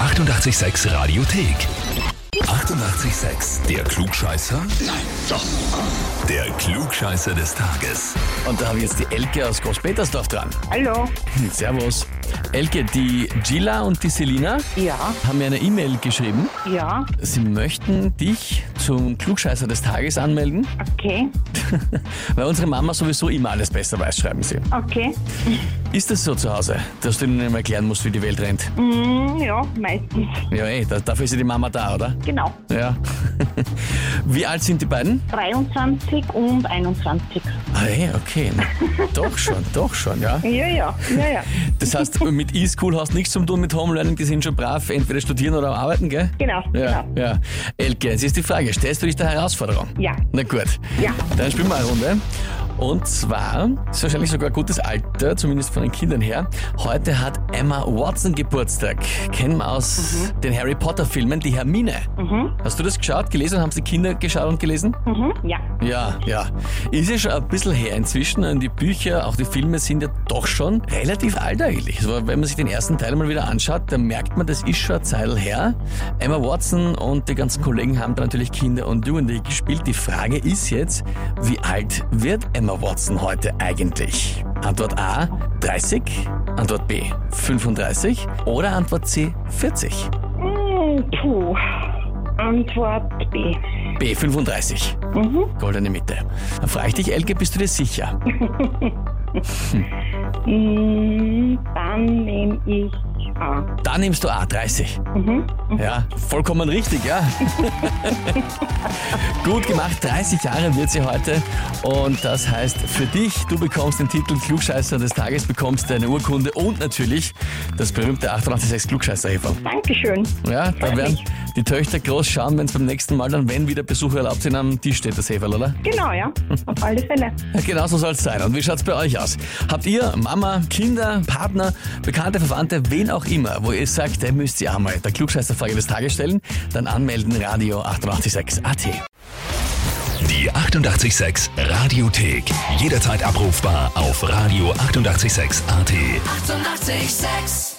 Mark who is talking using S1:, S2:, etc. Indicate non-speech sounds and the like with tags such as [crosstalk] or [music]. S1: 886 Radiothek. 88,6. Der Klugscheißer? Nein, doch. Der Klugscheißer des Tages.
S2: Und da habe ich jetzt die Elke aus Großpetersdorf dran. Hm,
S3: Hallo.
S2: Servus. Elke, die Gila und die Selina
S3: Ja,
S2: haben mir eine E-Mail geschrieben.
S3: ja,
S2: Sie möchten dich zum Klugscheißer des Tages anmelden,
S3: okay,
S2: weil unsere Mama sowieso immer alles besser weiß, schreiben sie.
S3: okay.
S2: Ist das so zu Hause, dass du ihnen immer erklären musst, wie die Welt rennt?
S3: Mm, ja, meistens.
S2: Ja, ey, da, dafür ist ja die Mama da, oder?
S3: Genau.
S2: Ja. [laughs] Wie alt sind die beiden?
S3: 23 und 21.
S2: Ah, ey, okay. Na, Doch schon, doch schon, ja.
S3: Ja, ja, ja, ja.
S2: Das heißt, mit E-School hast nichts zu tun mit Home Learning, die sind schon brav, entweder studieren oder arbeiten, gell?
S3: Genau,
S2: Ja,
S3: genau.
S2: ja. Elke, jetzt ist die Frage, stellst du dich der Herausforderung?
S3: Ja.
S2: Na gut.
S3: Ja.
S2: Dann spielen wir eine Runde. Und zwar, ist wahrscheinlich sogar gutes Alter, zumindest von den Kindern her. Heute hat Emma Watson Geburtstag. Kennen wir aus
S3: Mhm.
S2: den Harry Potter Filmen, die Hermine. Hast du das geschaut, gelesen? Haben es die Kinder geschaut und gelesen?
S3: Mhm, ja,
S2: Ja, ja. Ist ja schon ein bisschen her inzwischen. Und die Bücher, auch die Filme sind ja doch schon relativ alt eigentlich. Also wenn man sich den ersten Teil mal wieder anschaut, dann merkt man, das ist schon ein Zeil her. Emma Watson und die ganzen Kollegen haben da natürlich Kinder und Jugendliche gespielt. Die Frage ist jetzt, wie alt wird Emma Watson heute eigentlich? Antwort A, 30. Antwort B, 35. Oder Antwort C, 40.
S3: Mm, puh. Antwort B.
S2: B, 35.
S3: Mhm.
S2: Goldene Mitte. Dann frage ich dich, Elke, bist du dir sicher?
S3: Mm, dann nehme ich A.
S2: Da nimmst du A30.
S3: Mhm,
S2: Ja, vollkommen richtig,
S3: [laughs]
S2: ja. Gut gemacht, 30 Jahre wird sie heute. Und das heißt für dich, du bekommst den Titel Klugscheißer des Tages, bekommst deine Urkunde und natürlich das berühmte 886 klugscheißer -Heferl.
S3: Dankeschön.
S2: Ja, da
S3: Freut
S2: werden
S3: mich.
S2: die Töchter groß schauen, wenn es beim nächsten Mal dann, wenn wieder Besucher erlaubt sind, am Tisch steht das Heferl, oder?
S3: Genau, ja. Auf alle Fälle.
S2: [laughs] Genau so soll es sein. Und wie schaut's bei euch aus? Habt ihr Mama, Kinder, Partner, Bekannte, Verwandte, wen auch immer, wo ihr sagt, der müsst ihr einmal der Klugscheißerfrage des Tages stellen? Dann anmelden, Radio 886 AT.
S1: Die 88,6 Radiothek. Jederzeit abrufbar auf radio886.at. 88,6.
S4: Eighty-eight, sex.